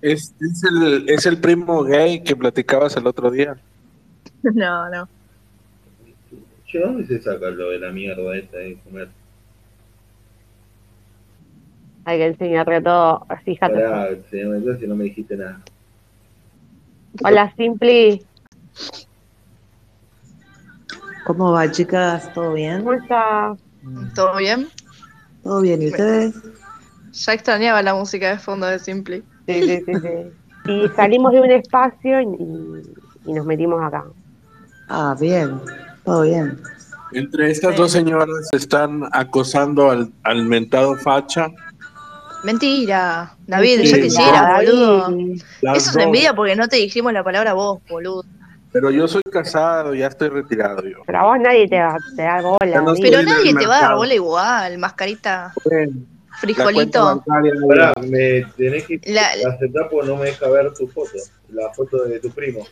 Es, es, el, es el primo gay que platicabas el otro día. No, no. Che, ¿dónde se saca lo de la mierda esta de comer? Hay que enseñarle todo. Ah, Fíjate. Pará, se me olvidó si no me dijiste nada. Hola, Simpli. ¿Cómo va, chicas? ¿Todo bien? ¿Cómo estás? ¿Todo bien? ¿Todo bien? ¿Y ustedes? Ya extrañaba la música de fondo de Simply. Sí, sí, sí, sí. Y salimos de un espacio y, y- y nos metimos acá. Ah, bien. Todo bien. Entre estas dos señoras están acosando al, al mentado facha. Mentira. David, Sí, ya quisiera, Ay, boludo. Las Eso es dos. envidia porque no te dijimos la palabra vos, boludo. Pero yo soy casado, ya estoy retirado yo. Pero a vos nadie te, da- te da Ya bola. no amigo. Pero en el nadie te va a dar mercado. bola igual, mascarita, Bueno, la cuenta frijolito. bancaria, Pará, me tenés que La- aceptar porque no me deja ver tu foto. La foto de tu primo.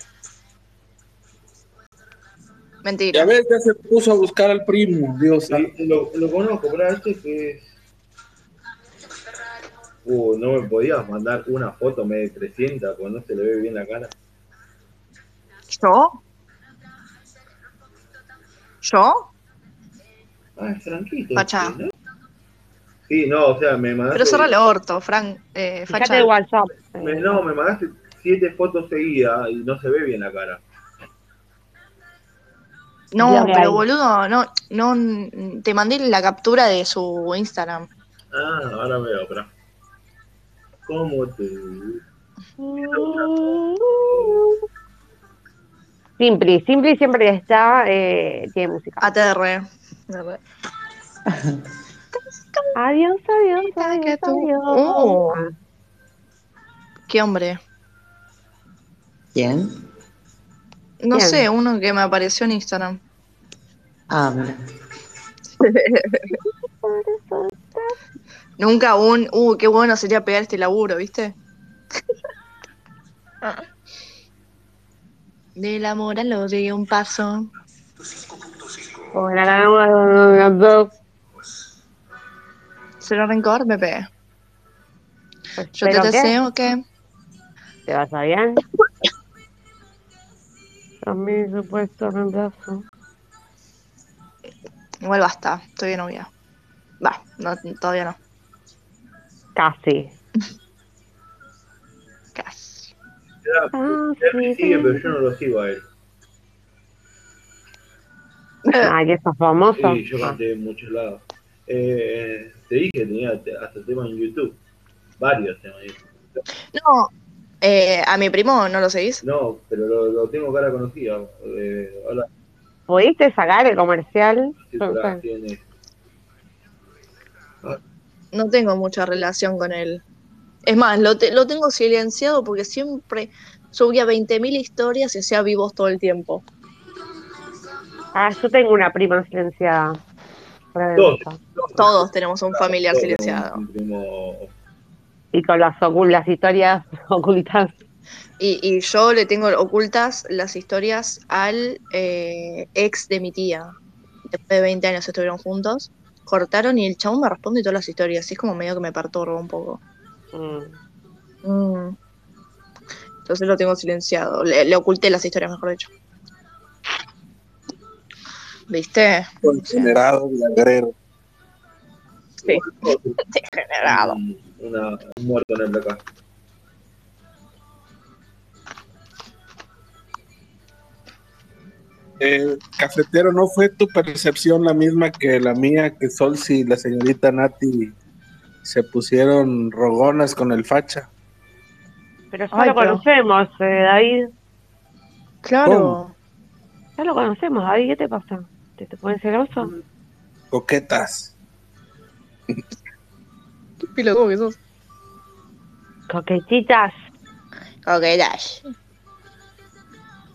Ya Mentira. ves, ya se puso a buscar al primo, Dios. Ah. santo. Sí, lo, lo conozco, pero este que es. Uh, no me podías mandar una foto medio 300 porque no se le ve bien la cara. ¿Yo? ¿Yo? Ah, es franquito. Fachá. Sí, ¿no? Sí, no, o sea, me mandaste. Pero cerra el orto, Frank. Eh, Fíjate facha. el WhatsApp. me- no, me mandaste siete fotos seguidas y no se ve bien la cara. No, Lo que hay. pero boludo, no, no, mm, te mandé la captura de su Instagram. Ah, ahora veo otra. ¿Cómo te.? Simpli, Simpli siempre que está, eh, tiene música. ATR. Adiós, adiós, adiós, adiós. Oh. ¿Qué hombre? ¿Quién? No Bien. sé, uno que me apareció en Instagram. Ah, mira. Nunca un, uh, qué bueno sería pegar este laburo, ¿viste? Del amor al odio y un paso. Con la gama, con la dos. Será rencor, bebé. Yo ¿Pero te qué? deseo que. ¿Te vas a bien? A mi supuesto reemplazo. Igual basta, estoy de novia. Va, no, todavía no. Casi. Casi. Ah, Sí, Casi. sigue, pero yo no lo sigo a él. Ay, Ah, que sos famoso. Sí, yo canté en muchos lados. Eh, te dije que tenía te- hasta temas en YouTube. Varios temas. en YouTube. No, eh, a mi primo no lo seguís. No, pero lo, lo tengo cara conocida. Eh, hola, ¿Pudiste sacar el comercial? ¿qué Yo no tal sé. tienes? No tengo mucha relación con él. Es más, lo, te- lo tengo silenciado porque siempre subía 20.000 historias y hacía vivos todo el tiempo. Ah, yo tengo una prima silenciada. Dos. Revensa. Todos tenemos un familiar Todo silenciado. un primo- Y con las, ocul- las historias ocultas. Y, y yo le tengo ocultas las historias al eh, ex de mi tía. Después de 20 años estuvieron juntos, cortaron y el chabón me responde todas las historias. Y es como medio que me perturba un poco. Mm. Mm. Entonces lo tengo silenciado. Le, le oculté las historias, mejor dicho. ¿Viste? Considerado milagrero. Degenerado. un- una- un muerto en el placar. Eh, cafetero, ¿no fue tu percepción la misma que la mía, que Solsi y la señorita Nati se pusieron rogonas con el facha? Pero ya Ay, lo pero- conocemos, eh, David. Claro. Ya lo conocemos, David. ¿Qué te pasa? ¿Te, te pones celoso? Coquetas. Piloto que sos. Coquetitas. Ok, Dash.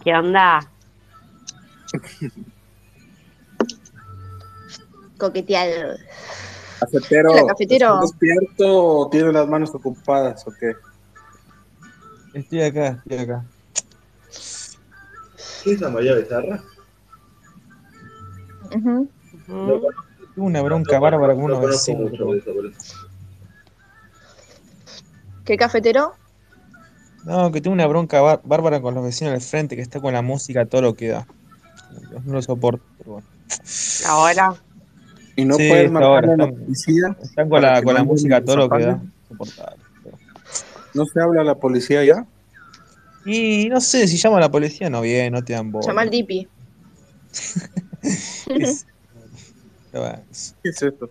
¿Qué onda? Coqueteado. Cafetero, Hola, cafetero. ¿estás despierto o tiene las manos ocupadas o qué? Estoy acá, estoy acá. ¿Qué es Amalia Becerra? Ujú. Mm. Tuve una bronca bárbara con No unos conozco vecinos. mucho de eso, pero- ¿Qué cafetero? No, que tengo una bronca bár- bárbara con los vecinos del frente que está con la música a todo lo que da. No lo soporto, pero bueno. Ahora, Y no Sí, puedes está marcar ahora, a la está- policía. Están con Para la, que con la manden música a los todo lo que da. apaguen. Soportable. pero- No se habla a la policía ya. Y no sé, si llama a la policía, no bien, no te dan bola. Llama al Dipi. Es- pero bueno, es- ¿Qué es esto?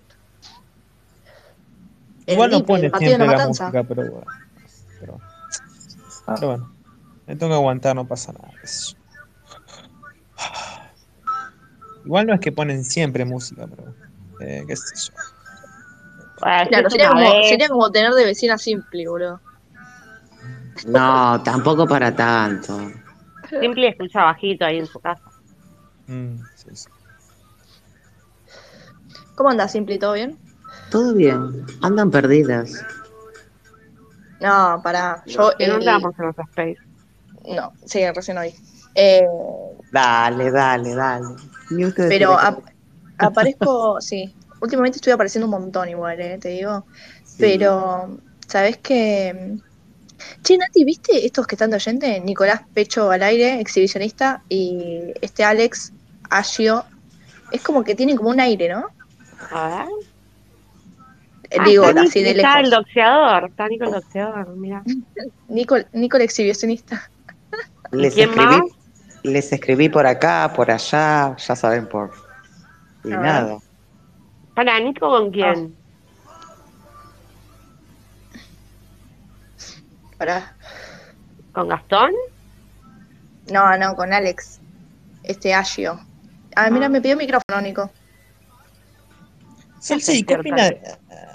El Igual no Dipi, pone el partido de siempre la la matanza. música, pero bueno. Pero, pero bueno, me tengo que aguantar, no pasa nada. es- Igual no es que ponen siempre música, pero eh, qué sé yo. bueno, Claro, Ah, es sería una como, vez. sería como tener de vecina simple, boludo. No, tampoco para tanto. Simple escucha bajito ahí en su casa. Mm, sí, sí. ¿Cómo andás, simple? ¿Todo bien? Todo bien. Andan perdidas. No, pará. Yo. eh, en el- un damos en los space. No, sí, recién hoy. Eh, Dale, dale, dale. Ni ustedes pero se ap- aparezco. Sí, últimamente estoy apareciendo un montón igual, eh, te digo. Sí. Pero, ¿sabes qué? Che, Nati, ¿viste estos que están de oyente? Nicolás Pecho al aire, exhibicionista, y este Alex Agio. Es como que tienen como un aire, ¿no? A ver. Eh, Ah, Digo, está así de Nico- Está el lejos. doxeador, está Nico el doxeador, mira. Nicol, Nicol exhibicionista. ah, Les ¿Quién escribí, más? les escribí por acá, por allá, ya saben por. Y A ver. nada. Para Nico con quién? Ah. Pará. ¿Con Gastón? No, no, con Alex. Este Agio. Ah, mira, Ah. me pidió micrófono, Nico. Sol, sí, ¿qué Cierto. opina, eh,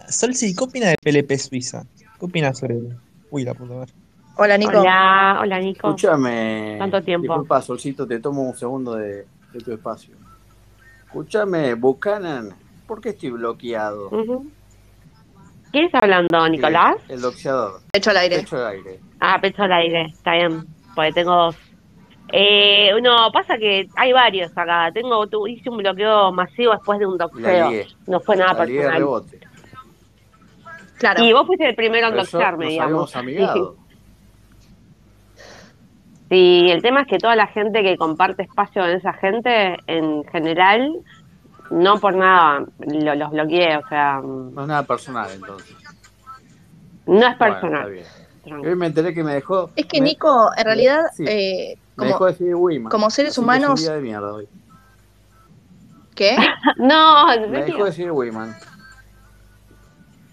Sol, sí, ¿qué opina de PLP Suiza? ¿Qué opina sobre él? Uy, la puta madre. Hola, Nico. Hola, hola Nico. Escúchame. Tanto tiempo. Disculpa, Solcito, te tomo un segundo de, de tu espacio. Escúchame, Buchanan, ¿por qué estoy bloqueado? Ujú. ¿Quién está hablando, Nicolás? El, el doxeador. Pecho al aire. Pecho de aire. Ah, pecho al aire, está bien, porque tengo dos. Eh, no, pasa que hay varios acá. Tengo, tu- hice un bloqueo masivo después de un La doxeo. lié. No fue nada La lié de personal. rebote. Claro. Y vos fuiste el primero en Pero yo- doxearme, nos digamos. habíamos amigado. Sí, el tema es que toda la gente que comparte espacio con esa gente, en general, no por nada lo- los bloqueé, o sea, no No es nada personal, entonces. es Bueno, está personal. bien. tranqui. Hoy me enteré que me dejó. Es que me- Nico, en realidad, sí. eh, Me dejó como, decir Wiman. como seres Así que humanos- es un día de mierda hoy. ¿qué? No, en Me dejó serio. decir Wiman.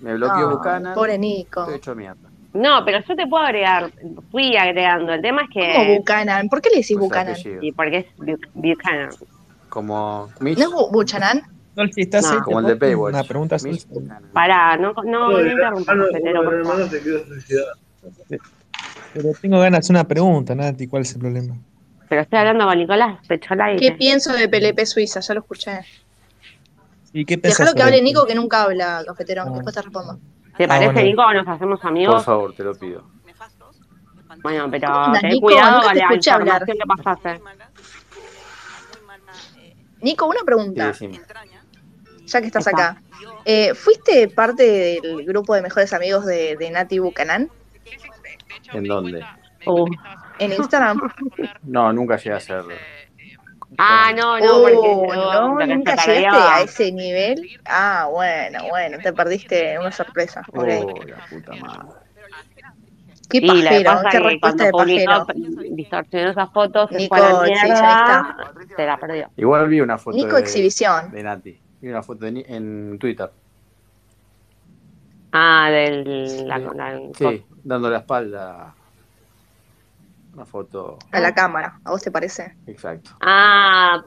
Me bloqueó Ah. No, Buchanan. pobre Nico. Estoy hecho mierda. no, pero yo te puedo agregar, fui agregando. El tema es Como que... Buchanan. ¿Por qué le decís Por su Buchanan? Pues, apellido. Y porque es Buch- Buchanan. Como ¿No es Bu- Buchanan? Sol, si estás No. ahí, Como el ¿te de puedo hacer Paywatch. Una pregunta, Sol. Mitch Te Buchanan. Pará, no, no, no ah, interrumpas, hermano, Petero, Ah, uno por de los favor. hermanos se quedó suicidado. Pero tengo ganas de hacer una pregunta, Nati, ¿cuál es el problema? Pero estoy hablando con Nicolás Pecho al ¿Qué aire. pienso de PLP Suiza? Ya lo escuché. ¿Y qué pensás Déjalo que sobre hable el- Nico, que nunca habla, cafetero. Ah. Después te respondo. ¿Te Ah, parece, bueno. Nico? ¿Nos hacemos Por amigos? favor, te lo pido. Bueno, ¿Cómo pero andas, ten Nico? cuidado Nunca con te la escuché información hablar. que pasaste. Nico, una Sí, pregunta, decime. ya que estás Está. acá. Eh, ¿Fuiste parte del grupo de mejores amigos de, de Nati Buchanan ¿En dónde? Uh. en Instagram? No, nunca llegué a hacerlo. Ah, no, no, Oh, porque no, porque nunca se llegaste tarareaba. a ese nivel. Ah, bueno, bueno, te perdiste una sorpresa. Oh, Ok. la puta madre. Qué Y la que pajero, pasa qué es que respuesta cuando de publicó, pajero. distorsionó esas fotos, se Nico, fue a la sí, ya mierda, se la perdió. Igual vi una foto Nico de, Exhibición. de Nati. Vi una foto de Ni- en Twitter. Ah, del... La, la- Sí, Ah, dando la espalda. a- Una foto. A la cámara, ¿a vos te parece? Exacto. Ah,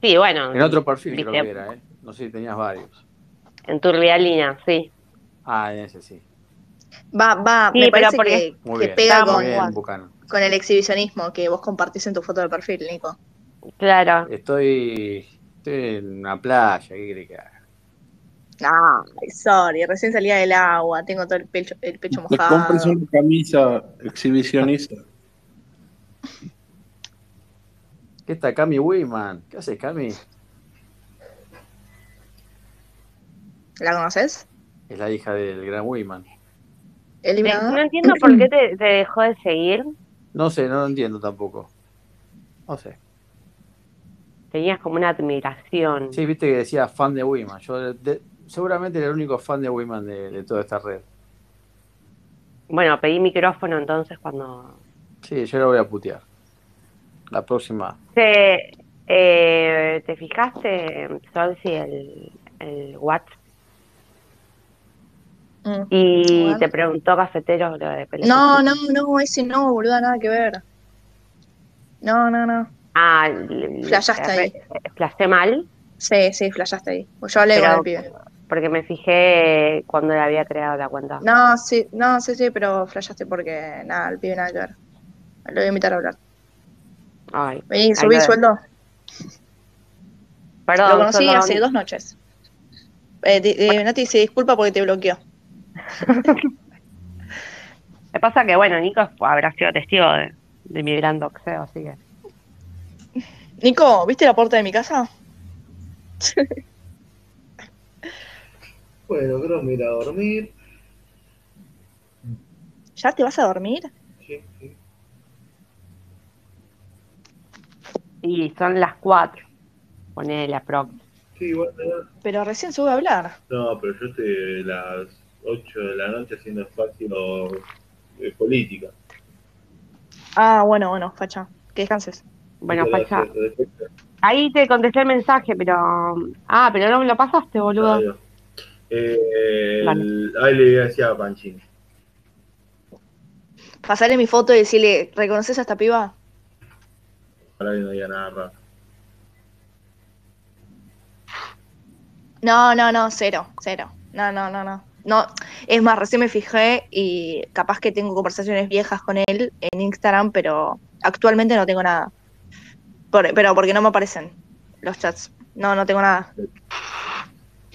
sí, bueno, En otro perfil creo Viste. que era, ¿eh? No sé si tenías varios. en tu realina, sí. Ah, en ese sí. Va, va, Sí, me pero parece porque- que, Muy que bien. pega Vamos, Muy con, bien, Bucano. con el exhibicionismo que vos compartís en tu foto de perfil, Nico. Claro. Estoy, estoy en una playa. ¿Qué crees que haga? Ay, sorry, recién salía del agua, tengo todo el pecho, el pecho Te compres mojado. una camisa exhibicionista. ¿Qué está Cami Wiman? ¿Qué haces, Cami? ¿La conoces? Es la hija del gran Wiman. Me- Eliminada. no entiendo por qué te, te dejó de seguir. No sé, no lo entiendo tampoco. No sé. Tenías como una admiración. Sí, viste que decía fan de Wiman. Yo de- de- seguramente era el único fan de Wiman de, de toda esta red. Bueno, pedí micrófono entonces cuando... Sí, yo la voy a putear. La próxima. Che, eh, ¿Te fijaste, Solsi, el, el WhatsApp? Mm. Y What? te preguntó Cafeteros lo de Pelé. No, no, no, ese no, boluda, nada que ver. No, no, no. Ah, l- Flashaste re- ahí. Flashé mal Sí, sí, flashaste ahí. Pues yo hablé Pero- con el pibe. porque me fijé cuando le había creado la cuenta. No, sí, no, sí, sí, pero flashaste porque nada, el pibe nada que ver. Lo voy a invitar a hablar. Ay, Vení, Ahí subí lo- sueldo. perdón. Lo conocí perdón. hace dos noches. Eh, di- eh, Nati se disculpa porque te bloqueó. Me pasa que, bueno, Nico habrá sido testigo de, de mi gran doxeo, así que... Nico, ¿viste la puerta de mi casa? Bueno, creo que me iré a dormir. ¿Ya te vas a dormir? Sí, sí. Y son las cuatro. Poné la pro. Sí, igual me da- Pero recién sube a hablar. No, pero yo estoy a las 8 de la noche haciendo espacio eh, política. Ah, bueno, bueno, facha. Que descanses. Bueno, Pero Facha, hace- respecto- ahí te contesté el mensaje, pero... Ah, pero no me lo pasaste, boludo. Claro. Eh, Vale. el- ahí le decía a Panchín. Pasarle mi foto y decirle, ¿reconoces a esta piba? Para que no diga nada raro. No, no, no, cero, cero. No, no, no, no. No, es más, recién me fijé y capaz que tengo conversaciones viejas con él en Instagram, pero actualmente no tengo nada. Por- pero porque no me aparecen los chats. No, no tengo nada.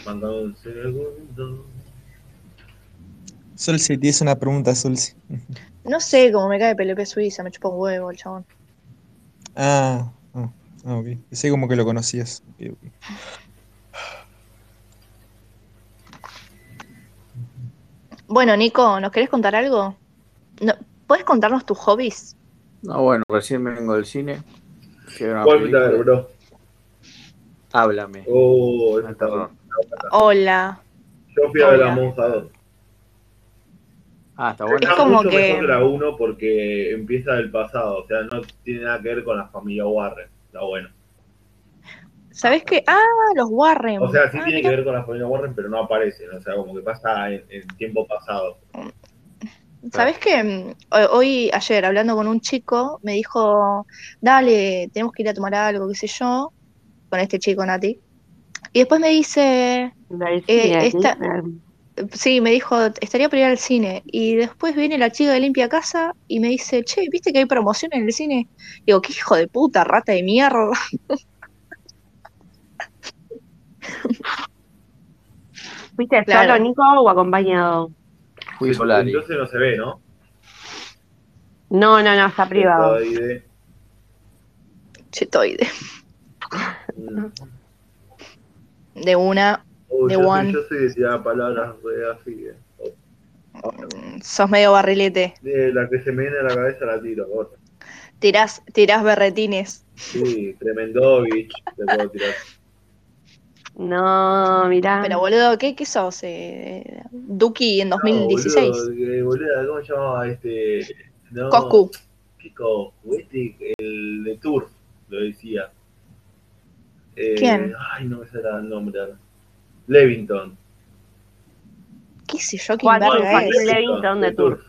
Mandame un segundo. Solsi, te hice una pregunta, Solsi. No sé cómo me cae Peluque Suiza, me chupa un huevo el chabón. Ah, ah, ah, ok. Pensé como que lo conocías. Ok, ok. Bueno, Nico, ¿nos querés contar algo? No, ¿Puedes contarnos tus hobbies? No, bueno, recién vengo del cine. Fui a ver una ¿Cuál fuiste a ver, Ah, película. bro? Háblame. Oh, esa Ah, está buena. perdón. Hola. Yo fui a ver La Hola. Monja 2. Ah, está bueno. Es como mucho que- mejor que la 1 porque empieza del pasado. O sea, no tiene nada que ver con la familia Warren. Está bueno. ¿Sabés qué? Ah, los Warren. O sea, sí Ah, tiene mirá. que ver con la familia Warren, pero no aparecen. O sea, como que pasa en, en tiempo pasado. ¿Sabes qué? Mm, ho- Hoy, ayer, hablando con un chico, me dijo, dale, tenemos que ir a tomar algo, qué sé yo, con este chico, Nati. Y después me dice, Eh, esta- sí, me dijo, estaría para ir al cine. Y después viene la chica de Limpia Casa y me dice, che, ¿viste que hay promoción en el cine? Digo, qué hijo de puta, rata de mierda. ¿Fuiste Claro. solo, Nico, o acompañado? Fui Solari. Entonces no se ve, ¿no? No, no, no, está privado. Ahí de- Chetoide. Mm. De una, Oh, De yo, soy- One. yo soy de tirar palabras re así. eh. Oh. mm, sos medio barrilete. De la que se me viene a la cabeza la tiro. gordo. Tirás, tirás berretines. Sí, Tremendovich. Te puedo tirar. No, mirá. Pero boludo, ¿qué, qué sos? Eh, Duki en 2016. No, boludo, eh, boluda, ¿cómo se llamaba este? No, Coscu. ¿Qué Coscu? Este, el de Tour, lo decía. Eh, ¿Quién? Ay, no me sale el nombre. ahora. Levington. ¿Qué sé yo quién Juan verga Joaquín es? Levington de Tour.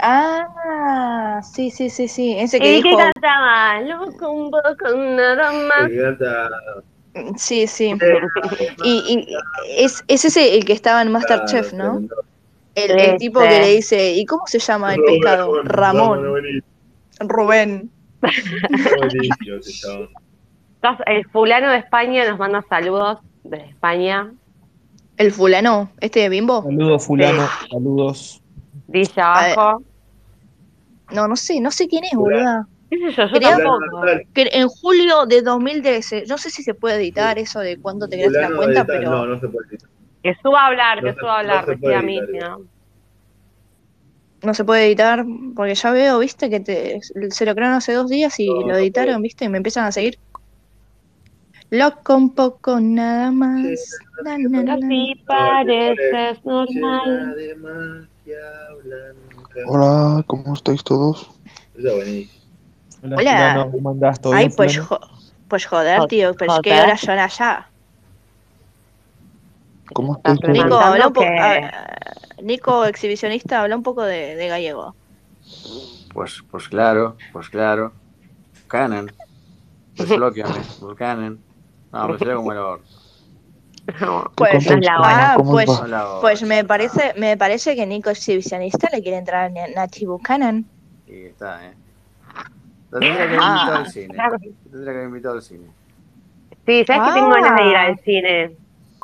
Ah, sí, sí, sí, sí. Ese Este que ¿Y Eh, qué dijo. cantaba? Loco, un poco, nada más. Que canta. Sí, sí. Y, y es, es ese el que estaba en Ah, Masterchef, ¿no? El, el Este. tipo que le dice, ¿y cómo se llama el pescado? Ramón, Rubén. Entonces, el fulano de España nos manda saludos desde España. El fulano, este de Bimbo. Saludos, fulano. Saludos. Dice abajo. No, no sé, no sé quién es, Fulano. boluda. ¿Qué sé yo? Yo Creo- tampoco. Que en julio de 2013, no sé si se puede editar eso de cuándo te creaste la cuenta, pero No, no se puede decir. Que suba a hablar, No que se- suba a hablar, no se decía puede a mí, evitar si no. no se puede editar, porque ya veo, viste, que te, se lo crearon hace dos días y No, lo no editaron, puedo. viste, y me empiezan a seguir. Loco un poco nada Mm, más. Na, na, na, na. Casi pareces Llena normal. de magia blanca. Hola, ¿cómo estáis todos? Esa buenísima. Hola, Hola. fulano, ¿cómo andás? ¿Todo Ay, bien, pues, fulano? jo- pues joder, Jo- tío, pero es que joder. ahora llora ya. ¿Cómo Estás estáis todos? Nico, Preguntando habla un po- que- a- Nico, exhibicionista, habla un poco de, de gallego. Pues, pues claro, pues claro. Buchanan. Desbloqueame, Buchanan. No, me salió como el orto. Pues, ¿Cómo estáis, la Juana? hora. Ah, ¿Cómo Pues- va? Hola, hola. Pues me parece, me parece que Nico exhibicionista le quiere entrar a Nachi Buchanan. Y está, ¿eh? Te tendría que haber Ah. invitado al cine. Te tendría que haber invitado al cine. Sí, sabes Ah. que tengo ganas de ir al cine.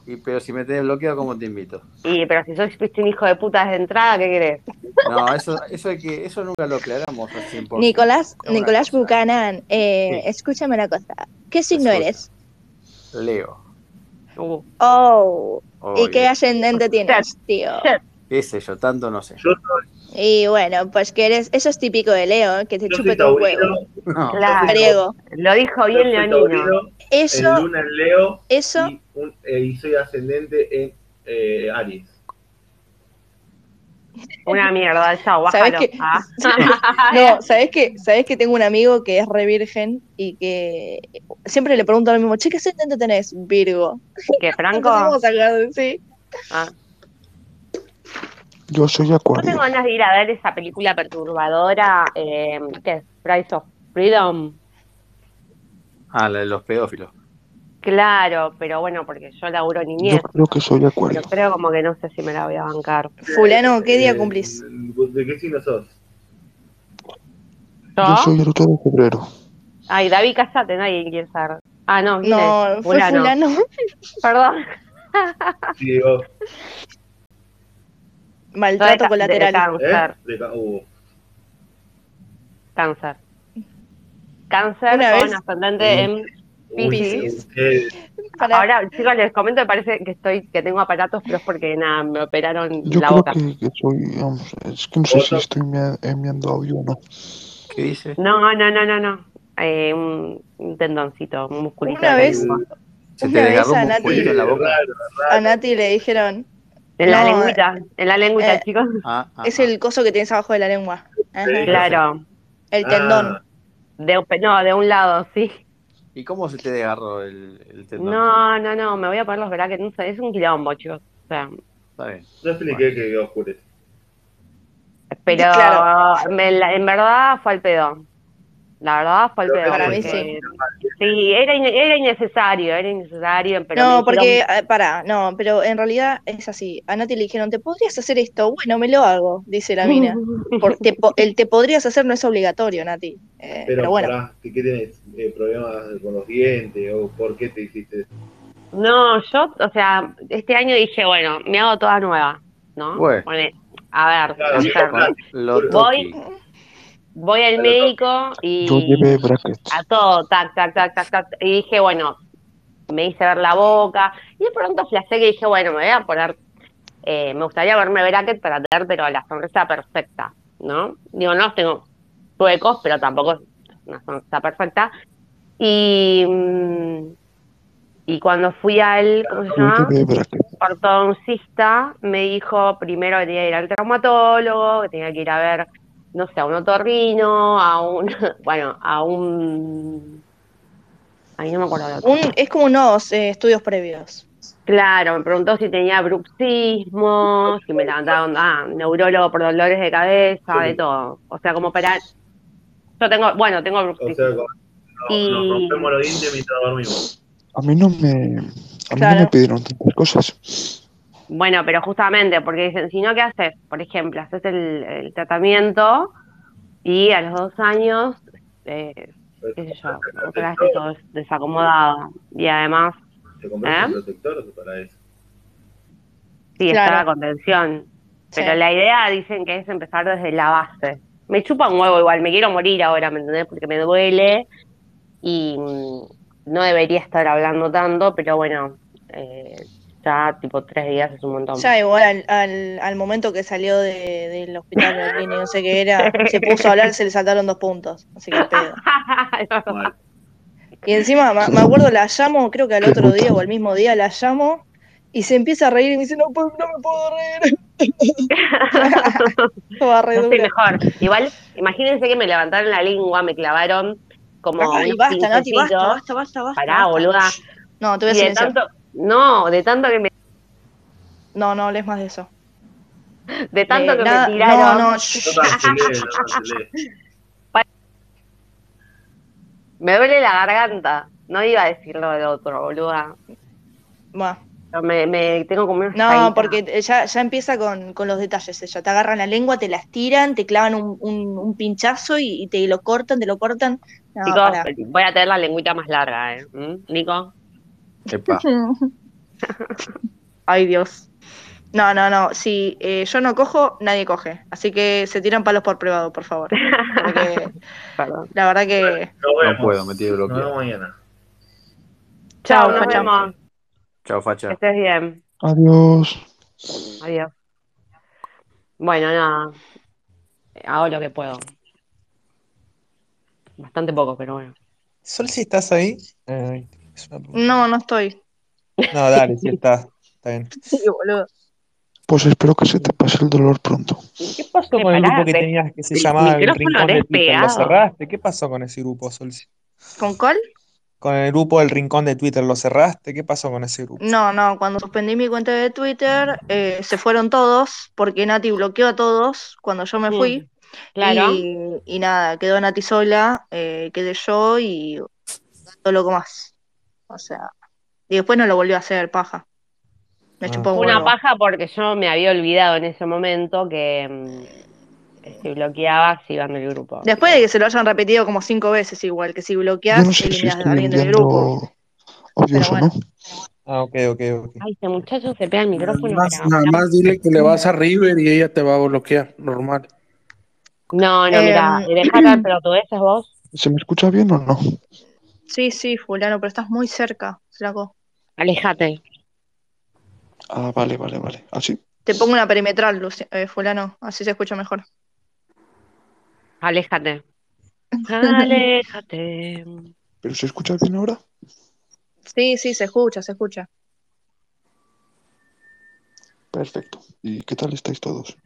Y, pero si me te desbloqueo, ¿cómo te invito? Y, pero si sois un hijo de puta desde entrada, ¿qué querés? No, eso, eso, hay que, eso nunca lo aclaramos al 100%. Nicolás, Una Nicolás cosa. Buchanan, eh, Sí. escúchame una cosa. ¿Qué signo Escucha. eres? Leo. Uh, Oh, ¿y Oye, qué ascendente tienes, tío? ¿Qué sé yo? Tanto no sé. Y bueno, pues que eres, eso es típico de Leo, ¿eh? que te Yo chupe soy todo un taurino, huevo. No. claro. Griego. Lo dijo yo bien soy Leonino. taurino, en Eso, luna en Leo eso, y, un- eh, y soy ascendente en eh, Aries. Una mierda, chao, ¿Sabés bájalo. qué? Ah. No, ¿sabes que ¿Sabes que tengo un amigo que es re virgen y que siempre le pregunto lo mismo, che, ¿qué ascendente tenés? Virgo. ¿Qué, Franco? Vamos a sacar de sí. Ah. Yo soy No tengo acuario. ganas de ir a ver esa película perturbadora eh, que es Price of Freedom. Ah, la de los pedófilos. Claro, pero bueno, porque yo laburo Yo niñez. creo que soy Pero acuario. creo como que no sé si me la voy a bancar. Fulano, Ah, ¿qué día Eh, cumplís? ¿De qué signo sos? Yo ¿Yo? soy el 8 de febrero. Ay, David, cállate, nadie quiere saber. Ah, no, ¿quién No, es? fue fulano. Perdón. Sí, vos, ¿eh? Maltrato De- de colateral. ¿eh? cáncer, De ca- uh, cáncer. Cáncer Una con vez- ascendente en... uy, Piscis. eh, Pará. Ahora, chicos, les comento, me parece que estoy, que tengo aparatos, pero es porque nada, me operaron Yo la creo boca. que, que soy. Vamos, es que no sé si Otro. estoy envi- enviando audio o no. ¿Qué dice? No, no, no, no, no. Eh, un, un tendoncito, un musculito. de Una la vez- lengua. Se te Una vez desgarró a un Nati- musculito en la boca. Raro, A Nati le dijeron, En la No, lengüita, en la lengüita, eh, chicos. Ah, ah, es ah. el coso que tienes abajo de la lengua. Ajá. Sí. Claro. El Ah, tendón. De, un- no, de un lado, sí. ¿Y cómo se te desgarró el, el tendón? No, no, no, me voy a poner los brackets, no sé, es un quilombo, chicos. O sea, Está bien. no expliqué que oscurece. Eh, pero Claro. me la- en verdad fue al pedo. La verdad fue al Creo pedo. que Para mí porque- Sí, era, in- era innecesario, era innecesario, pero me no, hicieron- porque, ah, pará, no, pero en realidad es así. A Nati le dijeron, ¿te podrías hacer esto? Bueno, me lo hago, dice la mina. Por- te po- el te podrías hacer no es obligatorio, Nati. Eh, pero, Pero, bueno, pará, ¿qué, qué tenés? Eh, ¿Problemas con los dientes? ¿O por qué te hiciste eso? No, yo, o sea, este año dije, bueno, me hago toda nueva, ¿no? Bueno. Pone- a ver, Claro, o sea, claro. Lo Voy. toqui. voy al Pero- médico y Yo llevé brackets. a todo, tac, tac, tac, tac, tac. Y dije, bueno, me hice ver la boca. Y de pronto flasé que dije, bueno, me voy a poner, eh, me gustaría verme bracket para tener, pero la sonrisa perfecta, ¿no? Digo, no, tengo huecos, pero tampoco es una sonrisa perfecta. Y, mm, y cuando fui al, ¿cómo se Yo llama? llevé brackets. ortodoncista me dijo primero que tenía que ir al traumatólogo, que tenía que ir a ver, no sé, a un otorrino, a un, bueno, a un, ahí no me acuerdo el otro. un- es como unos eh, estudios previos. Claro, me preguntó si tenía bruxismo, si me levantaban, ah, neurólogo por dolores de cabeza, de todo. O sea, como para, yo tengo, bueno, tengo O bruxismo. sea, como no- Y- nos rompemos los dientes mientras dormimos. A mí no me. A mí Claro. no me pidieron tantas cosas. Bueno, pero justamente, porque dicen, si no, ¿qué haces? Por ejemplo, haces el, el tratamiento y a los dos años, eh, qué sé yo, otra vez todo desacomodado. Y además, ¿Te compraste ¿Ah? ¿Eh? un protector para eso? sí, Claro. está la contención. Sí. Pero la idea, dicen que es empezar desde la base. Me chupa un huevo igual, me quiero morir ahora, ¿me entendés? Porque me duele y mm, no debería estar hablando tanto, pero bueno, eh, Ya, tipo, tres días es un montón. Ya igual al, al, al momento que salió de- del hospital de Berlín y no sé qué era, se puso a hablar, se le saltaron dos puntos. Así que pedo. Mal. Y encima, ma- me acuerdo, la llamo, creo que al Qué otro puta. día o al mismo día, la llamo y se empieza a reír y me dice, no, puedo- no me puedo reír. Estaba re Yo soy dura. mejor. Igual, imagínense que me levantaron la lengua, me clavaron como Ay, unos basta, Nati, basta, pincelcitos. basta, basta, basta. Pará, basta. boluda. No, te voy Y de a silenciar. tanto, no, de tanto que me, No, no hables más de eso. de tanto Eh, que nada- me tiraron. No, no, shh. No cancelé, no cancelé. Me duele la garganta. No iba a decirlo del otro, boluda. Buah. No, Me, me tengo como una No, faíta. porque te- ya, ya empieza con, con los detalles ella. Te agarran la lengua, te la estiran, te clavan un, un- un pinchazo y, y te lo cortan, te lo cortan. No, Chicos, pará. voy a tener la lengüita más larga, ¿eh? ¿Mm? Nico. Epa. Ay, Dios. No, no, no. Si eh, yo no cojo, nadie coge. Así que se tiran palos por privado, por favor. Porque Perdón. la verdad que. Nos vemos. puedo, me tiene bloqueado. Nos vemos mañana. Chao, Chao, nos chao. vemos. Chao, Que facha. estés bien. Adiós. Adiós. Bueno, nada. Hago lo que puedo. Bastante poco, pero bueno. Sol, si estás ahí. Ay, es una pregunta. No, no estoy. No, dale, si estás. Está bien. Sí, boludo. Pues espero que se te pase el dolor pronto. ¿Qué pasó Eh, con el pará, grupo que de- tenías que se el llamaba El micrófono Rincón de Twitter? ¿Lo despegado. cerraste? ¿Qué pasó con ese grupo, Sol? ¿Con col? Con el grupo del Rincón de Twitter, ¿lo cerraste? ¿Qué pasó con ese grupo? No, no. Cuando suspendí mi cuenta de Twitter, eh, se fueron todos porque Nati bloqueó a todos cuando yo me Mm, fui. Claro. Y, y nada, quedó Nati sola, eh, quedé yo y todo loco más. O sea, y después no lo volvió a hacer, paja. Me Ah. chupó un Fue una huevo. paja porque yo me había olvidado en ese momento que, mm, que si bloqueabas iban del grupo. Después de que se lo hayan repetido como cinco veces igual, que si Yo bloqueas, no sé si eliminas estoy a alguien del grupo. enviando audios Pero o no. Ah, ok, ok, ok. Ay, este muchacho se pega el Nada micrófono. más, pero- nada más dile que le vas a River y ella te va a bloquear, normal. No, no, Eh, mira, dejá la pelotudez vos. ¿Se me escucha bien o no? Sí, sí, fulano, pero estás muy cerca, flaco. Alejate. Ah, vale, vale, vale. ¿Así? Te pongo una perimetral, Luci- eh, fulano, así se escucha mejor. Aléjate. Aléjate. ¿Pero se escucha bien ahora? Sí, sí, se escucha, se escucha. Perfecto. ¿Y qué tal estáis todos?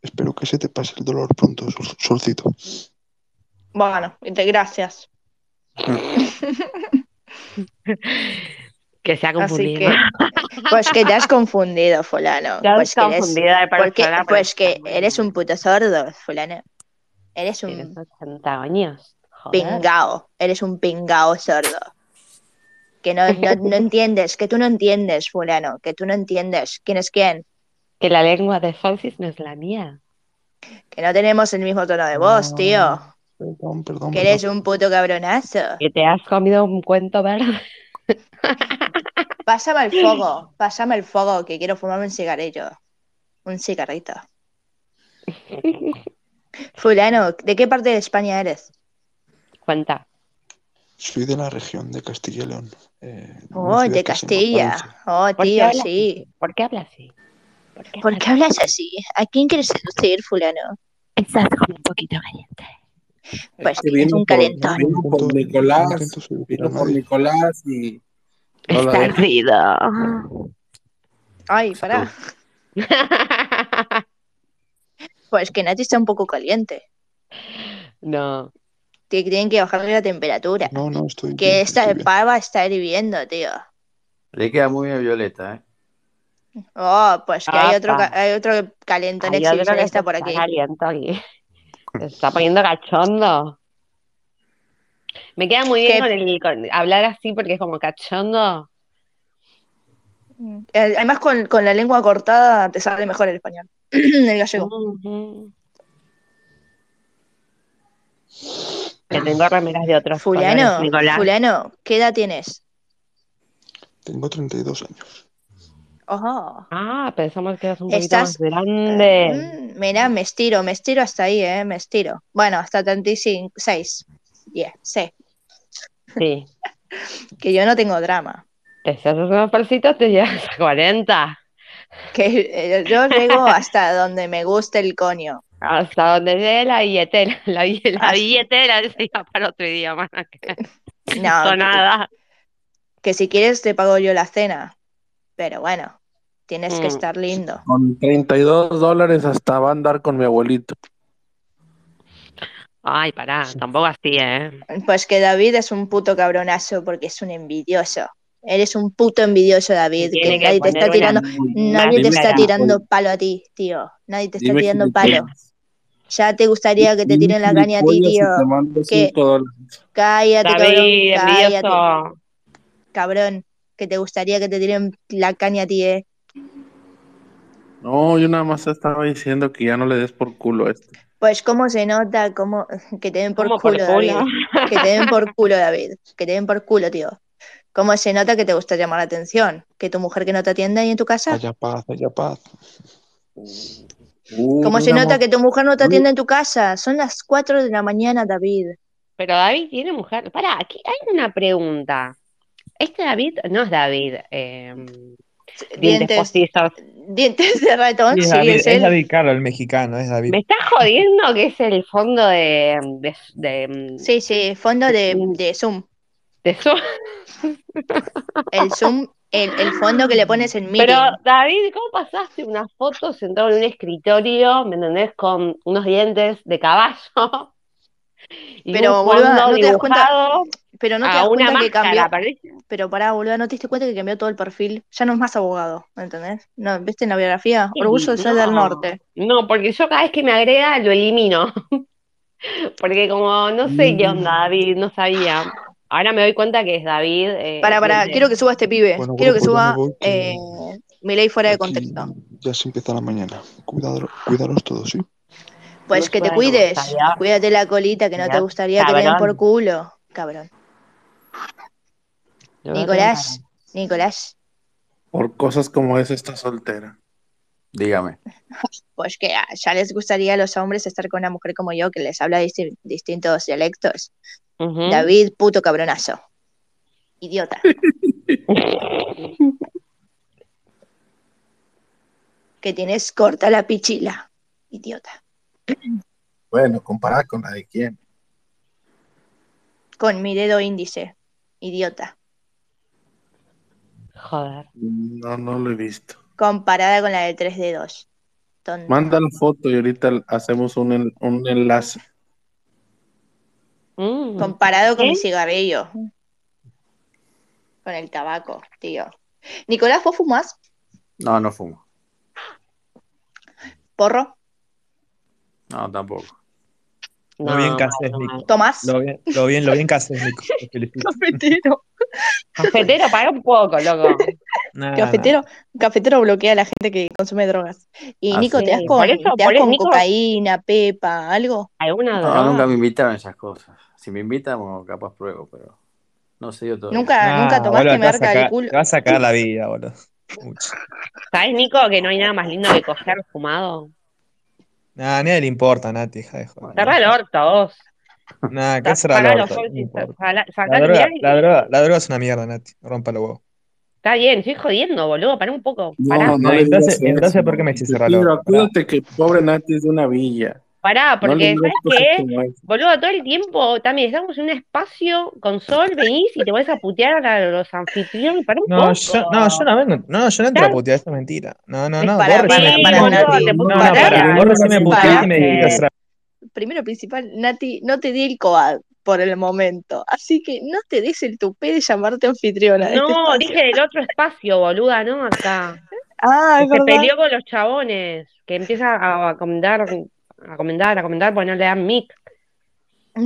Espero que se te pase el dolor pronto, sol- solcito. Bueno, te- gracias. Que se ha Así confundido. que, pues que te has confundido, fulano. Ya Pues que está eres, confundida de para Porque, hablar, pues que pero- eres un puto sordo, fulano. Eres Tienes ¿eh? un 80 años. Joder. pingao, eres un pingao sordo. Que no, no, no entiendes, que tú no entiendes, fulano, que tú no entiendes quién es quién, Que la lengua de Fonsis no es la mía. que no tenemos el mismo tono de voz, No, tío, Perdón, perdón. que eres un puto cabronazo. Que te has comido un cuento verde. Pásame el fuego, pásame el fuego, que quiero fumarme un cigarrillo, un cigarrito. Fulano, ¿de qué parte de España eres? Cuenta. Soy de la región de Castilla y León. eh, de una Oh, ciudad de que se llama Castilla. Palencia. ¿Por Oh, qué tío, hablas sí. ¿Por qué hablas así? ¿Por qué ¿Por qué hablas así? ¿A quién quieres seducir, fulano? Estás como un poquito caliente. Pues que que es vino un por- calentón. No Vino Ah, por intento- Nicolás, no intento seducir a Vino por nadie. Nicolás y no la Está deja. ardido. Ay, pará. Pues que Nati está un poco caliente. no. Tie- Tienen que bajarle la temperatura. No, no, estoy. Que bien, esta estoy bien. pava está hirviendo, tío. Le queda muy bien a Violeta, ¿eh? Oh, pues que hay otro, Apa. ca- hay otro calentón Ay, yo creo que exhibicionista se por está aquí. caliente aquí. Se está poniendo cachondo. Me queda muy bien ¿Qué? con el con hablar así porque es como cachondo. Eh, Además, con, con la lengua cortada te sale mejor el español. el gallego. Ujú. Que tengo remeras de otros Fulano, colores, Nicolás. fulano, ¿qué edad tienes? Tengo 32 años. Ojo. Ah, pensamos que eras un poquito Estás- más grande. Mm, Mira, me estiro, me estiro hasta ahí, ¿eh? Me estiro. Bueno, hasta 35, 6. Yeah, sé. Sí. Mm. Que yo no tengo drama. Te haces unos persitos, te llegas a 40. Que eh, yo llego hasta donde me gusta el coño. Hasta donde llegue la billetera. La, bi- la Ah, sí. billetera decía para otro idioma. que No, Sonada. que, que si quieres te pago yo la cena. Pero bueno, tienes Mm. que estar lindo. Con 32 dólares hasta va a andar con mi abuelito. Ay, pará, tampoco así, ¿eh? Pues que David es un puto cabronazo porque es un envidioso. Eres un puto envidioso, David. Y tiene Que que nadie te poner está una- tirando, nadie te primera. está tirando palo a ti, tío. Nadie te está Dime tirando que- palo. Ya te gustaría que te tiren la caña a ti, Gilipollas y tío. te mando que- cinco dólares. Cállate, David, cabrón. Cállate, envidioso. cabrón. Que te gustaría que te tiren la caña a ti, eh. No, yo nada más estaba diciendo que ya no le des por culo a este. Pues cómo se nota cómo que te den por ¿Cómo culo, por culo? David. Que te den por culo, David. Que te den por culo, tío. Cómo se nota que te gusta llamar la atención. Que tu mujer que no te atienda ahí en tu casa. Haya paz, haya paz. Uh, Cómo se nota que tu mujer no te atiende en tu casa. Son las 4 de la mañana, David. Pero David tiene mujer. Pará, aquí hay una pregunta. Este David no es David. Eh, dientes Dientes, postizos. dientes de ratón, Es Oh, sí, David, es es él. David Caro, el mexicano, es David. Me está jodiendo que es el fondo de. de, de, Sí, sí, fondo de, de Zoom. de su- El Zoom, el, el fondo que le pones en Meeting. Pero, David, ¿cómo pasaste una foto sentado en un escritorio, ¿me entendés? Con unos dientes de caballo. Y Pero, un boluda, fondo ¿no te das cuenta? dibujado Pero no te a das una cuenta que máscara, cambió. parece. Pero pará, boludo, no te diste cuenta que cambió todo el perfil. Ya no es más abogado, ¿entendés? No, ¿viste en la biografía? Sí, Orgullo de ser no. del norte. No, porque yo cada vez que me agrega lo elimino. Porque como no sé qué onda, Mm. David, no sabía. Ahora me doy cuenta que es David. eh, Para, para, de- quiero que suba este pibe. Bueno, quiero que bueno, suba me voy, que- eh, mi ley fuera de Aquí contexto. Ya se empieza la mañana. Cuidado, cuidaros todos, ¿sí? Pues que te Bueno, cuides. sabía. Cuídate la colita, que no te Ya, gustaría que te den cabrón. por culo. Cabrón. Lo voy a Nicolás, Nicolás. Por cosas como esa está soltera. Dígame. Pues que ah, ya les gustaría a los hombres estar con una mujer como yo que les habla disti- distintos dialectos. tratar. Ujú. David, puto cabronazo. Idiota. que tienes corta la pichila. Idiota. Bueno, comparada con la de quién. Con mi dedo índice. Idiota. Joder. No, no lo he visto. Comparada con la de tres dedos. Tonto. Manda la foto y ahorita hacemos un, en- un enlace. Mm. Comparado con ¿Eh? mi cigarrillo. Con el tabaco, tío. Nicolás, ¿vos fumás? No, no fumo. ¿Porro? No, tampoco. Lo bien que mal, haces, no, Nico. mal. ¿Tomás? Lo bien, lo bien, lo bien que haces, Nico. Te felicito. Cafetero. Cafetero, para un poco, loco. Nada, Cafetero, cafetero bloquea a la gente que consume drogas. Y Ah, Nico, sí. ¿te das con, Por eso- te das por eso, con Nico- cocaína, pepa, algo? ¿Alguna No, droga? Ah, nunca me invitaron a esas cosas. Si me invitan, bueno, capaz pruebo, pero no sé yo todavía. Nunca, nada. nunca Nah, tomaste boludo, te vas a merca del cagar- culo. Te vas a sacar la vida, boludo. Mucho. ¿Sabes, Nico, que no hay nada más lindo que coger fumado? Nah, a nadie le importa, Nati, hija de joder. Cerra el orto, vos. Nah, ¿qué Sa- será sacá el los orto? No ortis, importa. sacá- sacá- La droga, mirá, la, droga, la droga es una mierda, Nati. Rompa los huevos. Está bien, estoy jodiendo, boludo, para un poco. Pará, no le entonces- digas entonces, eso. ¿por qué me hiciste Pero raro? acuérdate que pobre Nati es de una villa. pará, No le Ah, porque digas ¿sabes cosas qué? como esas. Boludo, todo el tiempo también estamos en un espacio con sol, venís y te vas a putear a los anfitriones para un No, poco. yo no, yo no vengo. No, yo no entro a Claro. putear, eso es mentira. No, no, Es no. para- vos Sí, recién me- para- no, boludo, Nati. te no, puse no, para- pará, vos recién me para- puteaste y me dijiste para- cerrar. Primero y principal, Nati, no te di el coad por el momento. Así que no te des el tupé de llamarte anfitriona. de este No, espacio. dije del otro espacio, boluda, no acá. Ah, Que es se verdad. peleó con los chabones, que empieza a, a comentar, a comentar, a comentar, porque no le dan mic.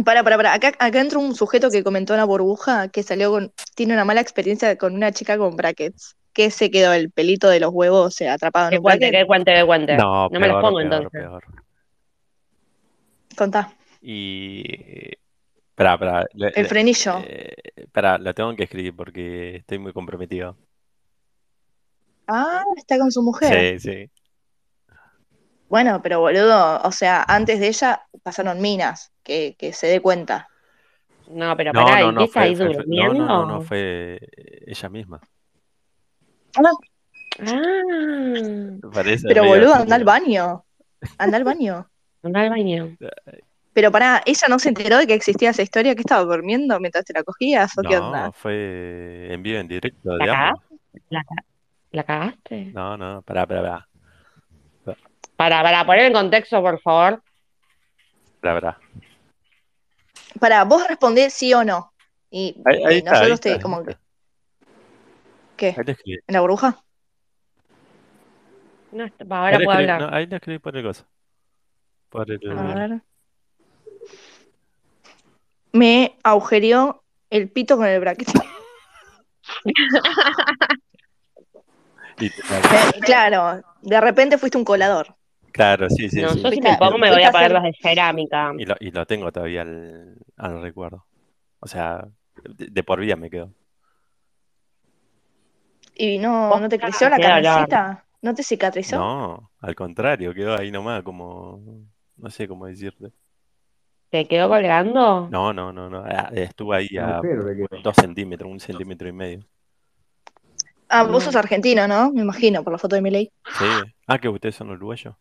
Para, para, para. Acá, acá entra un sujeto que comentó una burbuja que salió con. Tiene una mala experiencia con una chica con brackets. Que se quedó el pelito de los huevos eh, atrapado en Que un cuente, bracket. que cuente, que cuente. No, me los peor, pongo peor, entonces. peor. Contá. Y. Espera, espera. le- El le- frenillo. eh, Espera, la tengo que escribir porque estoy muy comprometido. Ah, está con su mujer. Sí, sí. Bueno, pero boludo, o sea, antes de ella pasaron minas. Que, que se dé cuenta. No, pero No, pará, no, no, empieza fue, ahí fue- fue- no, durmiendo. no, no, no, fue eh, ella misma. Ah. Parece Pero medio boludo, así. anda al baño. Anda al baño. Anda al baño. Pero pará, ¿ella no se enteró de que existía esa historia que estaba durmiendo mientras te la cogías o qué onda? No, fue en vivo, en directo, ¿La digamos. ¿La, ca- la cagaste? No, no, pará, pará, pará. Para, para poner en contexto, por favor. Pará, pará. Pará, vos respondés sí o no. Y, Ahí- ahí está, y ahí nosotros está, te ahí como está. ¿Qué? Ahí lo escribí. ¿En la bruja? No, está- pa, ahora Ahí lo puedo escribí, hablar. no, ahí lo escribí por el cosa. Por el. A ver. Me agujereó el pito con el bracket. y- Eh, claro, de repente fuiste un colador. Claro, sí, sí, No, sí. yo si me pongo me voy a poner los de cerámica. Y lo, y lo tengo todavía al, al recuerdo. O sea, de, de por vida me quedo. ¿Y no, no te creció la qué hablar. cabecita? ¿No te cicatrizó? No, al contrario, quedó ahí nomás como. No sé cómo decirte. ¿Te quedó colgando? No, no, no, no. ah, Estuvo ahí a Agujero le quedó. dos centímetros, un centímetro y medio. Ah, vos sos argentino, ¿no? Me imagino, por la foto de Milei. Sí. Ah, que ustedes son uruguayos.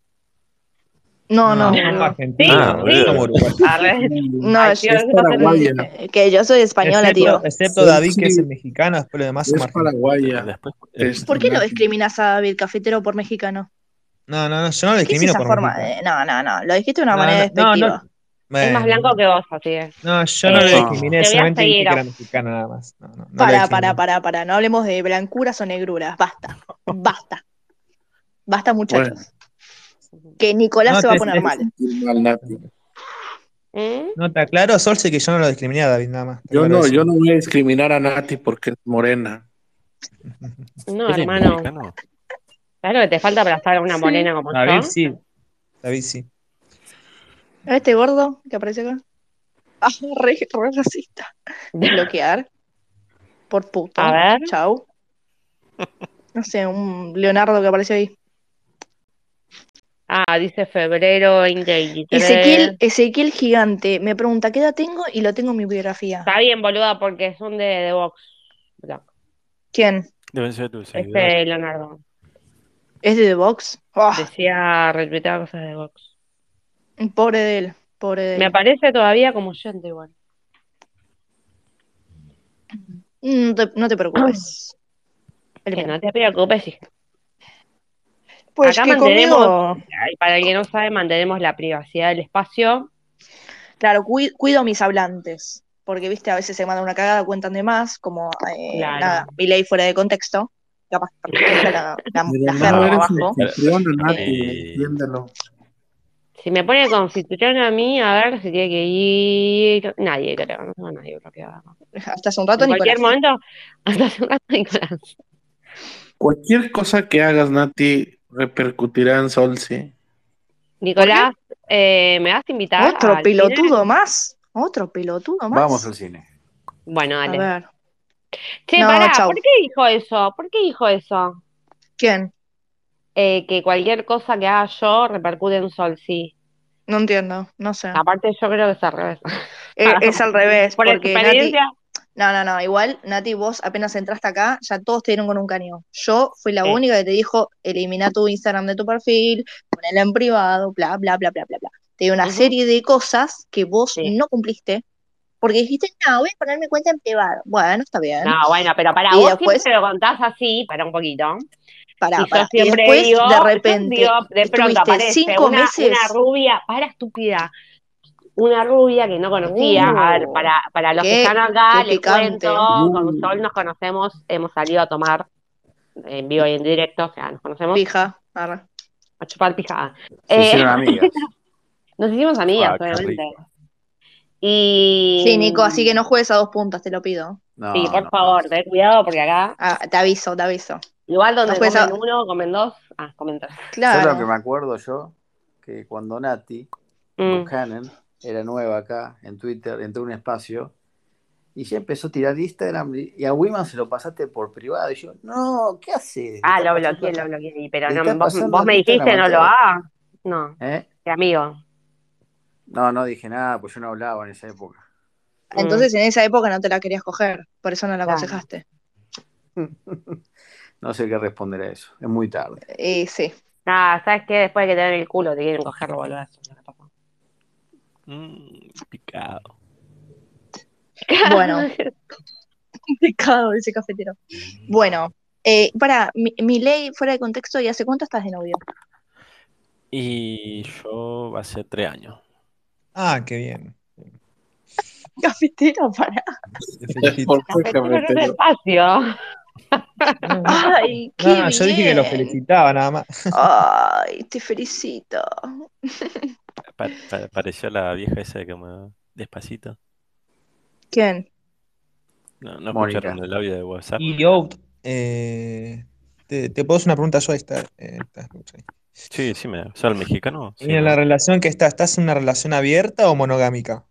No, no. no, boludo. Argentina, Ah, no boludo. somos uruguayos. Arre. No, Ay, es- eh. Dios, Es no se me paraguaya. dice. que yo soy española, tío. Excepto, excepto David, que es el mexicano, después los demás Es somos argentinos. paraguaya. Este, Después, eh, Es- ¿Por qué no discriminas a David Cafetero por mexicano? No, no, no, yo no lo ¿Qué es discrimino esa por forma mexicano. de.? No, no, no. Lo dijiste de una No, manera no, no, despectiva. Bueno, Es más blanco que vos, así es. No, yo no Eh, lo discriminé, te voy a solamente dije seguir. que era mexicano nada más. No, no, no lo Para, discriminé. para, para, para. No hablemos de blancuras o negruras. Basta. Basta. Basta, muchachos. Que Nicolás No, se va a te- poner te- mal. Mal, Nati. ¿Mm? No, está claro, Solce, que yo no lo discriminé a David nada más. está Yo claro no, eso. yo no voy a discriminar a Nati porque es morena. No, ¿él es hermano. mexicano? Claro que te falta para estar una morena como David yo. sí. David sí. ¿A este gordo que aparece acá? Ah, re, re racista. Desbloquear. Por puto. A ver. Chau. No sé, un Leonardo que apareció ahí. Ah, dice febrero 2023. Ezequiel, Ezequiel Gigante me pregunta qué edad tengo y lo tengo en mi biografía. Está bien, boluda, porque son de, de Vox. Blanco. ¿Quién? Deben ser tus seguidores. Este Leonardo. ¿Es de The Box? Oh, Decía retuitear cosas de Vox. pobre de él. Pobre de él. Me aparece todavía como oyente igual. No Mm, te, no te preocupes. Que no te preocupes. hija. Pues Acá que conmigo, mantenemos- Ay, Para el que no sabe, mantenemos la privacidad del espacio. claro, cui- cuido mis hablantes, porque viste, a veces se mandan una cagada, cuentan de más, como eh, Claro. nada, mi ley fuera de contexto, capaz que aparezca la, la, Ah, la Pero germa no eres abajo. anfitriona, Nati, Eh. entiéndelo. Si me pone constitución a mí, a ver si tiene que ir. Nadie, creo. No tengo a nadie bloqueado. Hasta hace un rato en cualquier Nicolás. momento, hasta hace un rato, Nicolás. Cualquier cosa que hagas, Nati, repercutirá en Solsi. Nicolás, eh, ¿me vas a invitar? Otro al cine? pelotudo más, otro pelotudo más. Vamos al cine. Bueno, a dale. ver, Che, No, pará, chau. ¿por qué dijo eso? ¿Por qué dijo eso? ¿quién? Eh, que cualquier cosa que haga yo repercute en Sol, sí. No entiendo, no sé. Aparte, yo creo que es al revés. Eh, Ah. es al revés, Ah, Por porque Nati, experiencia, No, no, no, igual, Nati, vos apenas entraste acá, ya todos te dieron con un cañón. Yo fui la Sí. única que te dijo, elimina tu Instagram de tu perfil, ponela en privado, bla, bla, bla, bla, bla, bla. Te di una Ujú. serie de cosas que vos Sí. no cumpliste, porque dijiste, no, voy a poner mi cuenta en privado. Bueno, está bien, No, bueno, pero para Y vos después- siempre lo contás así, para un poquito. pará, Y yo pará. Y siempre después, digo, de yo repente, digo, de pronto estuviste aparece cinco una, meses- una rubia, para estúpida, una rubia que no conocía. Uh, a ver, para, para los qué- que están acá, qué les picante. cuento, con Uh. Sol nos conocemos, hemos salido a tomar en vivo y en directo, o sea, nos conocemos, pija, arre. a chupar pijada. Se Eh, hicieron amigas. nos hicimos amigas, Ah, qué obviamente. rico. Y... Sí, Nico, así que no juegues a dos puntas, te lo pido. No, Sí, por no. favor, ten cuidado porque acá, Ah, te aviso, te aviso. igual donde No juegues a- comen uno, comen dos, ah, comen tres. Solo que Claro. me acuerdo yo que cuando Nati Mm. Buchanan era nueva acá en Twitter, entró a un espacio y ya empezó a tirar Instagram y y a Wiman se lo pasaste por privado. Y yo, no, ¿qué haces? Ah, Está lo pasando bloqueé, lo acá. bloqueé, sí, pero Le no, está vos, pasando vos me ahorita dijiste la no lo materia. hagas. No, ¿Eh? de amigo. No, no dije nada, pues yo no hablaba en esa época. Mm. Entonces en esa época no te la querías coger, por eso no la Claro. aconsejaste. No sé qué responder a eso. Es muy tarde. Y sí. Nada, Ah, ¿sabes qué? Después de que te den el culo, te quieren cogerlo, boludo. Mm, Picado. Bueno. Picado, ese cafetero. Mm. Bueno, eh, para, mi, mi ley fuera de contexto, ¿y hace cuánto estás de novio? Y yo hace tres años. Ah, qué bien. Cafetero, para. Cafetero en un espacio. Mm. Ay, qué No, yo dije que lo bien. felicitaba nada más. Ay, te felicito. Pa- pa- pareció la vieja esa que me... Despacito. ¿Quién? No, no Mónica. escucharon el audio de WhatsApp. Y yo, eh, te, te puedo hacer una pregunta yo esta, eh, esta- Sí, sí, me... ¿soy el mexicano? Sí, Y en me- la relación que estás, ¿estás en una relación abierta o monogámica?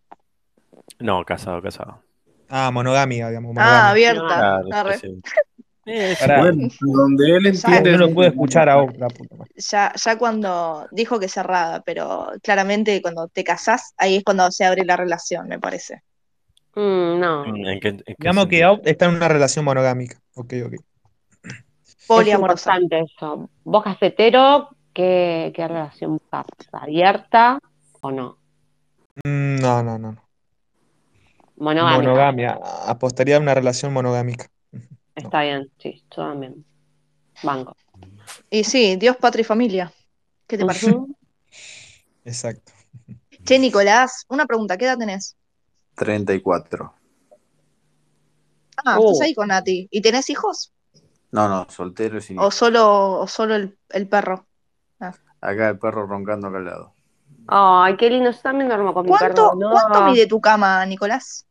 No, casado, casado. Ah, monogámica, digamos, Ah, monogámica. abierta. Claro, Arre. sí, Eh, Pará. Bueno, donde él Ya. entiende. pues, No lo pude escuchar a vos, la puta madre. Ya, ya cuando dijo que cerrada, pero claramente cuando te casás, ahí es cuando se abre la relación, me parece. Mm, no. sí. ¿En qué- en qué Digamos que sentido? Out está en una relación monogámica. Ok, ok. Es Poliamorosa. importante eso. ¿Vos casetero, qué, qué relación buscas? ¿Abierta o no? Mm, No, no, no. no. Monogámica. Monogamia. Apostaría a una relación monogámica. Está bien, sí, yo también. Banco. Y sí, Dios, patria y familia. ¿Qué te parece? Ujú. Exacto. Che, Nicolás, una pregunta, ¿qué edad tenés? 34. Ah, Oh. estás ahí con Nati. ¿Y tenés hijos? No, no, soltero y sin ¿O solo, o solo el, el perro? Acá el perro roncando acá al lado. Ay, qué lindo, yo también duermo con mi ¿Cuánto, perro, no. ¿Cuánto mide tu cama, Nicolás?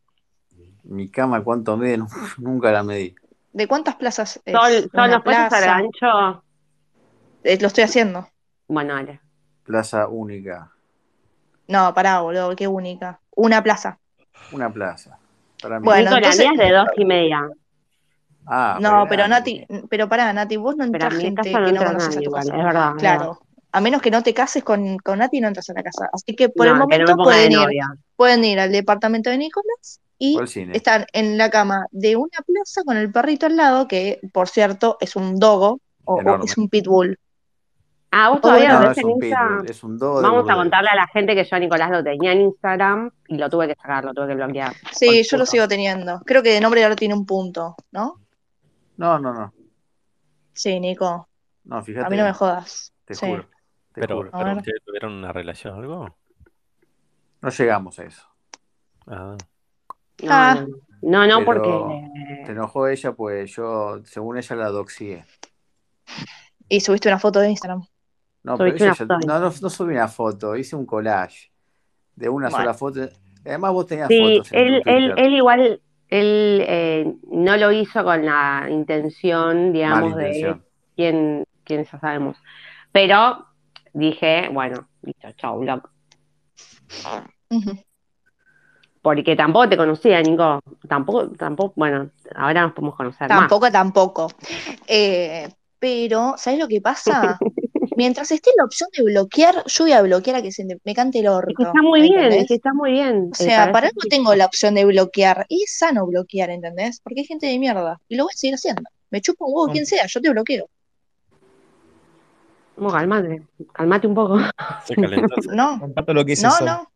Mi cama, ¿cuánto mide? Nu- Nunca la medí. ¿De cuántas plazas es? ¿Son, son ¿Una los peces al plaza? gancho? Eh, Lo estoy haciendo. Bueno, dale. Plaza única. No, pará, boludo, qué única. Una plaza. Una plaza. Para mí. Bueno, Nico, la entonces- mía es de dos y media. Ah, no, re pero Nati, grande. pero pará, Nati, vos no Pero entras en mi gente casa no que no entra conoces a nadie, tu igual, casa. es verdad. es verdad. Claro. A menos que no te cases con, con Nati, no entras a la casa. Así que por el No, que no me momento ponga de pueden ir, novia. pueden ir al departamento de Nicolás y Fue al cine. están en la cama de una plaza con el perrito al lado, que por cierto es un dogo o, o Enorme. es un pitbull. Ah, vos todavía No, no no, ves es en un Instagram. pitbull, es un dodo de Vamos a Burdeos. contarle a la gente que yo a Nicolás lo tenía en Instagram y lo tuve que sacar, lo tuve que bloquear. Sí, Por yo lo puto. sigo teniendo. Creo que de nombre ahora tiene un punto, ¿no? No, no, no. Sí, Nico, No, fíjate. a mí no me bien, jodas. Te Sí. juro. Te Pero, juro. pero ver. ¿ustedes tuvieron una relación o algo? No llegamos a eso. Ah, No, Ah. no, no, no, Pero- porque Eh. Se enojó ella, pues yo, según ella, la doxié. Y subiste una foto de Instagram. No, pero Subiste eso una ya- foto. no, no, no subí una foto, hice un collage de una Bueno. sola foto. Además, vos tenías sí, fotos en él, tu él, Twitter. él igual, él eh, no lo hizo con la intención, Mala digamos, de intención. quién, quién ya sabemos. Pero dije, bueno, listo, chau, blog. Ujú. Porque tampoco te conocía, Nico. Tampoco, tampoco, bueno, ahora nos podemos conocer más. Tampoco, tampoco. Eh, pero, ¿sabes lo que pasa? Mientras esté la opción de bloquear, yo voy a bloquear a que se me- me cante el orto. Es que está muy ¿me bien, entendés? es que está muy bien. O eh, sea, para eso algo existe. tengo la opción de bloquear. Y es sano bloquear, ¿entendés? Porque hay gente de mierda. Y lo voy a seguir haciendo. Me chupo Mm. un huevo quien sea, yo te bloqueo. Bueno, calmate, calmate un poco. se calentó. se- No, Comparto lo que hice no, solo. no.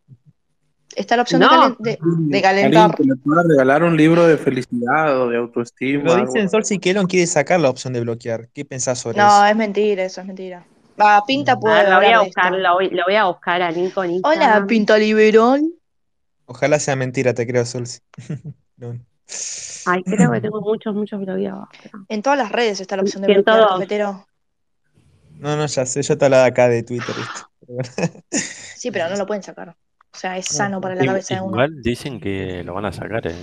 Está la opción de, No. calen- de- de calentar. Alguien que le pueda regalar un libro de felicidad o de autoestima. Lo algo. dicen Sol si Kelon quiere sacar la opción de bloquear. ¿Qué pensás sobre No, eh. eso? es mentira, eso es mentira. Va, Pinta A puede ver, lo Ah, voy hablar a de esto. buscar, lo voy, lo voy a buscar a Nico en Hola, Instagram. Pinta Liberón. Ojalá sea mentira, te creo, Sol. si. No. Ay, creo que tengo muchos, muchos bloqueados. En todas las redes está la opción de Y en bloquear, todos. cafetero. No, no, ya sé, yo te hablaba acá de Twitter, ¿viste? Pero bueno. Sí, pero no lo pueden sacar. O sea, es No. sano para la Ig- cabeza de uno. Igual dicen que lo van a sacar, ¿eh?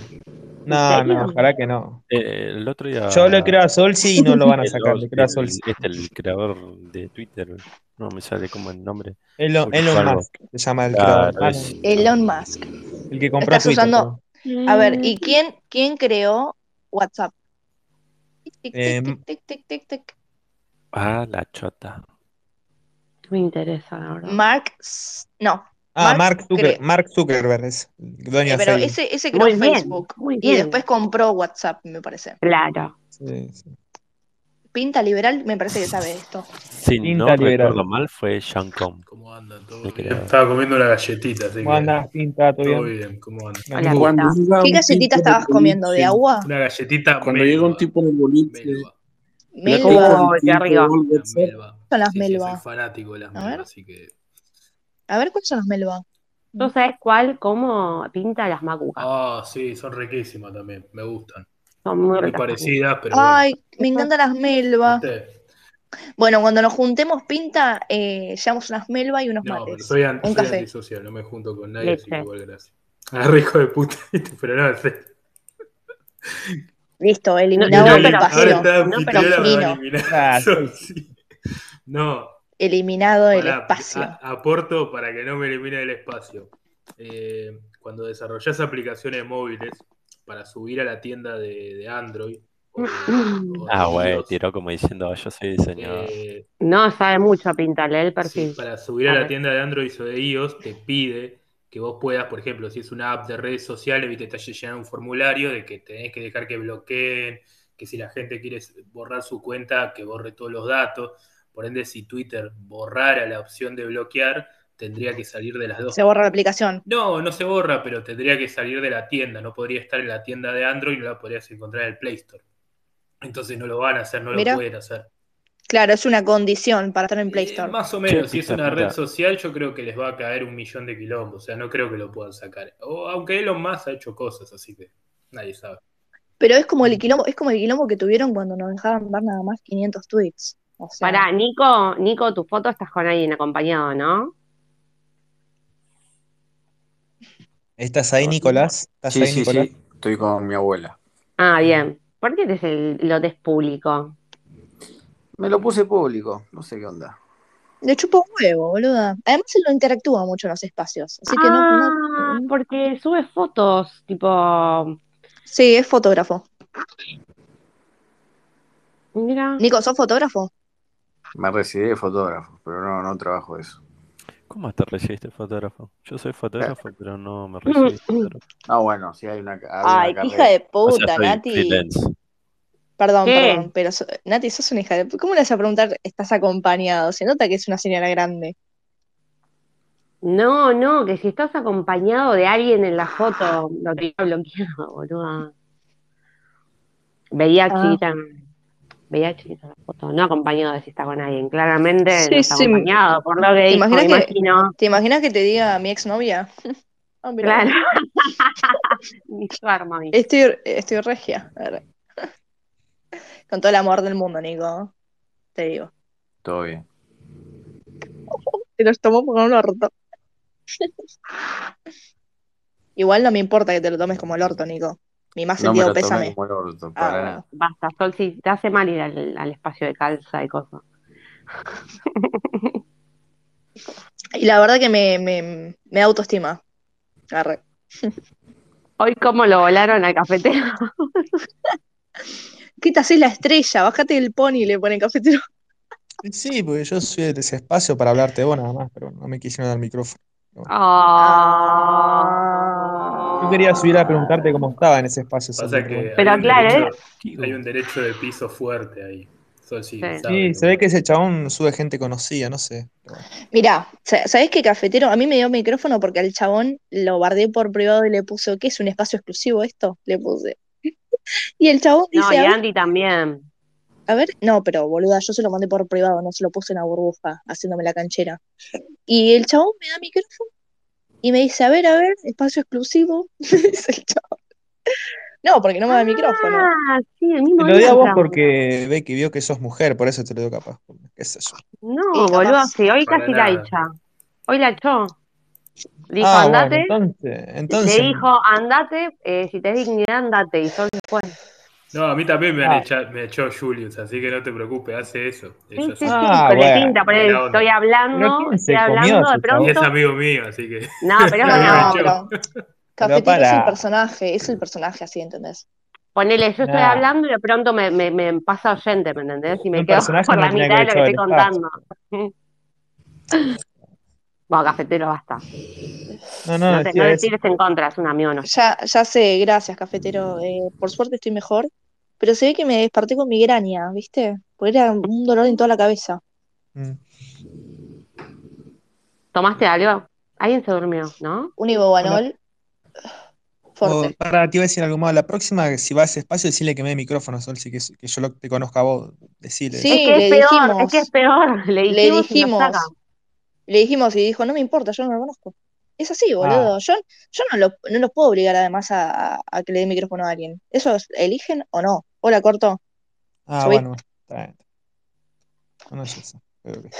No, serio? no, ojalá que no. Eh, el otro día. Yo le creo a Solsi y no lo van a el sacar, le Oz, creo a el- Solsi. este, el creador de Twitter. No me sale como el nombre. Elon, Porque Elon fue algo- Musk se llama el Claro, creador. Ah, no, es- Elon Musk. el que compró Estás Twitter. usando- perdón. A ver, Mm. ¿y quién, quién creó WhatsApp? Tic, tic, Eh, tic, tic, tic, tic, tic. Ah, la chota. Me interesa, la verdad. Mark. S- No, Ah, Mark Mark, Zucker- Cre- Mark Zuckerberg es el eh, dueño de pero Facebook. ese, ese creó Muy bien, Facebook. muy Y bien. después compró WhatsApp, me parece. Claro. Sí, sí. Pinta liberal me parece que sabe esto. Si no Tinta liberal. recuerdo mal, fue Sean Com. ¿Cómo andan todos? El que era- Estaba comiendo una galletita, así ¿Cómo que- andás, Pinta? ¿Todo Todo bien? bien, ¿cómo andan? Hola, Pinta. ¿Qué galletita estabas comiendo? ¿De agua? Una galletita. Cuando llega un tipo en el boliche. Melva. como Oh, un qué tipo, arriba. algo así. son las melva? fanático de las A ver. melvas, así que. A ver, ¿cuáles son las melva? ¿Tú sabes cuál? ¿Cómo pinta las macucas? Ah, sí, son riquísimas también, me gustan. Son muy Muy ricas. parecidas, pero Ay, me encantan las melva. bueno. ¿viste? Bueno, cuando nos juntemos, Pinta, eh, llevamos unas melva y unos No, pero mates. soy, an- un soy café. antisocial, no me junto con nadie, así que Leche. igual gracias. Ah, rico de puta, pero no, en serio. Listo, eliminado Ahora el está paseo. anfitriona, me va a Vino, eliminar. Yo sí. No, eliminado el pará, espacio. a- aporto para que no me elimine el espacio. Eh, cuando desarrollás aplicaciones móviles para subir a la tienda de, de Android, Ah, güey, tiró como diciendo, yo soy diseñador. eh, No, sabe mucho pinta, lee el perfil. para subir a A la ver. tienda de Android o de iOS, te pide que vos puedas, por ejemplo, si es una app de redes sociales, viste, te llenar un formulario de que tenés que dejar que bloqueen, que si la gente quiere borrar su cuenta, que borre todos los datos. Por ende, si Twitter borrara la opción de bloquear, tendría que salir de las dos. Se borra la aplicación. No, no se borra, pero tendría que salir de la tienda. No podría estar en la tienda de Android, no la podrías encontrar en el Play Store. Entonces no lo van a hacer, no Mira. lo pueden hacer. Eh, Claro, es una condición para estar en Play Store. Más o Che, menos, si es pizza, una red pizza. social, yo creo que les va a caer un millón de quilombos. O sea, no creo que lo puedan sacar. O, aunque Elon Musk ha hecho cosas, así que nadie sabe. Pero es como el quilombo, es como el quilombo que tuvieron cuando nos dejaban ver nada más 500 tweets. O sea, Pará, Nico, Nico, tu foto estás con alguien acompañado, ¿no? ¿Estás ahí, Nicolás? ¿Estás Sí, ahí, sí, Nicolás? sí. Estoy con mi abuela. Ah, bien. ¿Por qué te el lote es público? Me lo puse público, no sé qué onda. le chupa un huevo, boluda. Además, él no interactúa mucho en los espacios. Así que no, no- Ah, porque sube fotos, tipo, Sí, es fotógrafo. mira, Nico, ¿sos fotógrafo? Me recibí de fotógrafo, pero no, no trabajo eso. ¿Cómo te recibiste fotógrafo? Yo soy fotógrafo, pero no me recibí. fotógrafo. Ah, bueno, sí hay una, hay una Ay, qué carrera. hija de O sea, puta, soy Nati. freelance. Perdón, ¿Qué? perdón, pero so- Nati, sos una hija de puta. ¿Cómo le vas a preguntar, estás acompañado? Se nota que es una señora grande. no, no, que si estás acompañado de alguien en la foto, lo tenía bloqueado, boluda. Veía Ah. chiquita, veía chiquita la foto, no acompañado de si está con alguien, claramente no Sí, está sí. acompañado, por lo que ¿Te dijo, imaginas que- imagino. ¿Te imaginas que te diga mi exnovia? Ah, mirá, Claro. Ni yo armo ahí. Estoy, estoy regia. A ver. Con todo el amor del mundo, Nico. Te digo. Todo bien. Te los tomó como un orto. Igual no me importa que te lo tomes como el orto, Nico. Mi más No me sentido lo tomé pésame. como el orto, Ah, para nada. bueno. Basta, Sol, si te hace mal ir al, al espacio de calza y cosas. Y la verdad que me, me, me da autoestima. Arre. Hoy cómo lo volaron al cafetero. ¿Qué te haces la estrella? Bájate del pony, le ponen cafetero. Sí, porque yo soy de ese espacio para hablarte vos nada más, pero no me quisieron dar micrófono. Ah. Yo quería subir a preguntarte cómo estaba en ese espacio. Pasa que solo te pregunto. Pero hay un claro, derecho- Digo, hay un derecho de piso fuerte ahí. Sol sí, Sí. sabe, Sí, se ve que ese chabón sube gente conocida, no sé. Pero bueno. Mirá, sa- ¿sabés qué cafetero? A mí me dio micrófono porque al chabón lo guardé por privado y le puso, ¿qué es un espacio exclusivo esto? Le puse. Y el chabón No, dice, y a, ver, Andy también. a ver, no, pero boluda, yo se lo mandé por privado, no se lo puse en la burbuja, haciéndome la canchera. Y el chabón me da micrófono y me dice, a ver, a ver, espacio exclusivo. Dice el chabón. No, porque no me da micrófono. Ah, sí, el mismo Te lo di día a vos entramos. porque ve que vio que sos mujer, por eso te lo dio capaz. ¿Qué sé yo? No, Sí, boludo, capaz. sí, hoy Para casi nada. la echa. Hoy la echó. Dijo, Ah, bueno, andate. entonces, entonces. Le dijo, andate, eh, si te es dignidad, andate. Y Sol se fue. No, a mí también me, han Ah. echado- me echó Julius, así que no te preocupes, hace eso. Sí, Es sí, sí, así. Ah, con bueno. la tinta, por ahí Buena onda. estoy Pero hablando, ¿quién se estoy comió hablando, a de su chabón? Y es pronto. amigo mío, así que. No, pero No, bueno, no, yo- pero cafetero es el pará. personaje, es el personaje así, ¿entendés? Ponele, yo estoy Nah. hablando y de pronto me, me, me pasa oyente, ¿me entendés? Y me Un quedo personaje por no la tenía que mitad de lo haber que estoy echado del espacio. contando. Bueno, cafetero, basta. No, no, No te, no decía le eso. tires en contra, es un amigo nuestro. Ya, ya sé, gracias, cafetero. eh, por suerte estoy mejor, pero se ve que me desperté con migraña, ¿viste? Porque era un dolor en toda la cabeza. mm, ¿Tomaste algo? Alguien se durmió, ¿no? Un ibobanol. O, para, te iba a decir algo más. La próxima, si vas a ese espacio, decirle que me dé micrófono, Sol, si que, que yo lo- te conozca a vos. Decirle. Sí, es que le es peor, dijimos. es que es peor. Le dijimos, le y nos dijimos, saca. le dijimos y dijo, no me importa, yo no lo conozco. Es así, boludo. Yo, yo no, lo- no los puedo obligar además a, a- a que le dé micrófono a alguien. ¿Esos eligen o no? Hola, corto. Ah, subí. bueno, está bien. No, no es eso. creo que-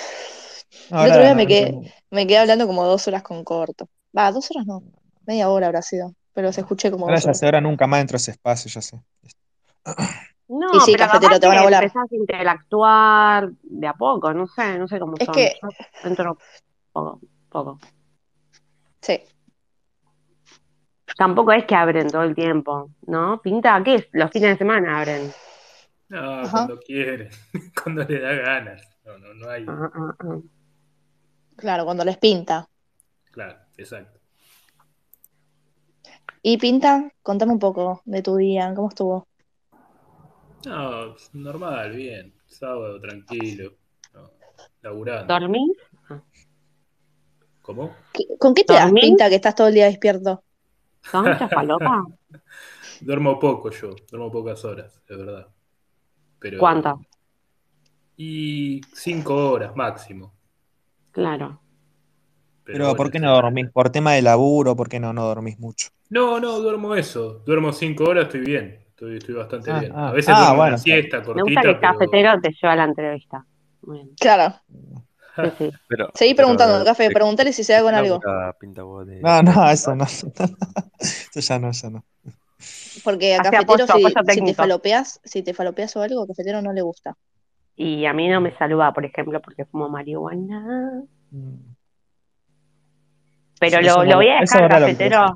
No, El ahora otro día no, me no, quedé, no. me quedé hablando como dos horas con corto. Va, dos horas no. Media hora habrá sido. Pero se escuché como Ahora dos ya horas. sé, ahora nunca más entro a ese espacio, ya sé. No, Y sí, pero cafetero, capaz te van a que volar. empezás a interactuar de a poco, no sé, no sé cómo Es son. que- Yo entro poco, poco. Sí. Tampoco es que abren todo el tiempo, ¿no? Pinta, ¿qué es? Los fines de semana abren. No, cuando quiere, cuando le da ganas. No, no, no hay. Claro, cuando les pinta. Claro, exacto. Y pinta, contame un poco de tu día, ¿cómo estuvo? No, es normal, bien. Sábado, tranquilo. No, laburando. ¿Dormís? ¿Cómo? ¿Qué- ¿Con qué te das ¿Dormís? pinta que estás todo el día despierto? ¿Son muchas palopas? Duermo poco yo, duermo pocas horas, es verdad. Pero, ¿Cuántas? Y cinco horas máximo. Claro. Pero, ¿por qué no dormís? ¿Por tema de laburo? ¿Por qué no, no dormís mucho? No, no, duermo eso. Duermo cinco horas, estoy bien. Estoy, estoy bastante Ah, bien. ah. a veces Ah, duermo una bueno. siesta Me gusta cortita, que el pero- cafetero te lleva a la entrevista. Claro. Pero, Seguí pero, eh, preguntando, Café, ¿de preguntale si se da qué con algo. labura pinta vos Ah, de- No, no, eso no. Eso ya no, ya no. Porque a Hace Cafetero, apoyo- si, apoyo si te técnico. falopeas, si te falopeas o algo, a Cafetero no le gusta. Y a mí no me saluda, por ejemplo, porque fumo marihuana. Pero Sí, lo, eso lo voy a es dejar, verdad lo que cafetero.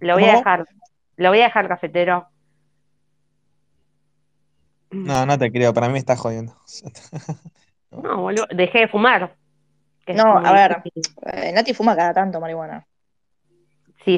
Lo voy a ¿Cómo? dejar. Lo voy a dejar, cafetero. No, no te creo, para mí me estás jodiendo. No, boludo. Dejé de fumar. Que es No, muy a ver, difícil. eh, Nati fuma cada tanto marihuana.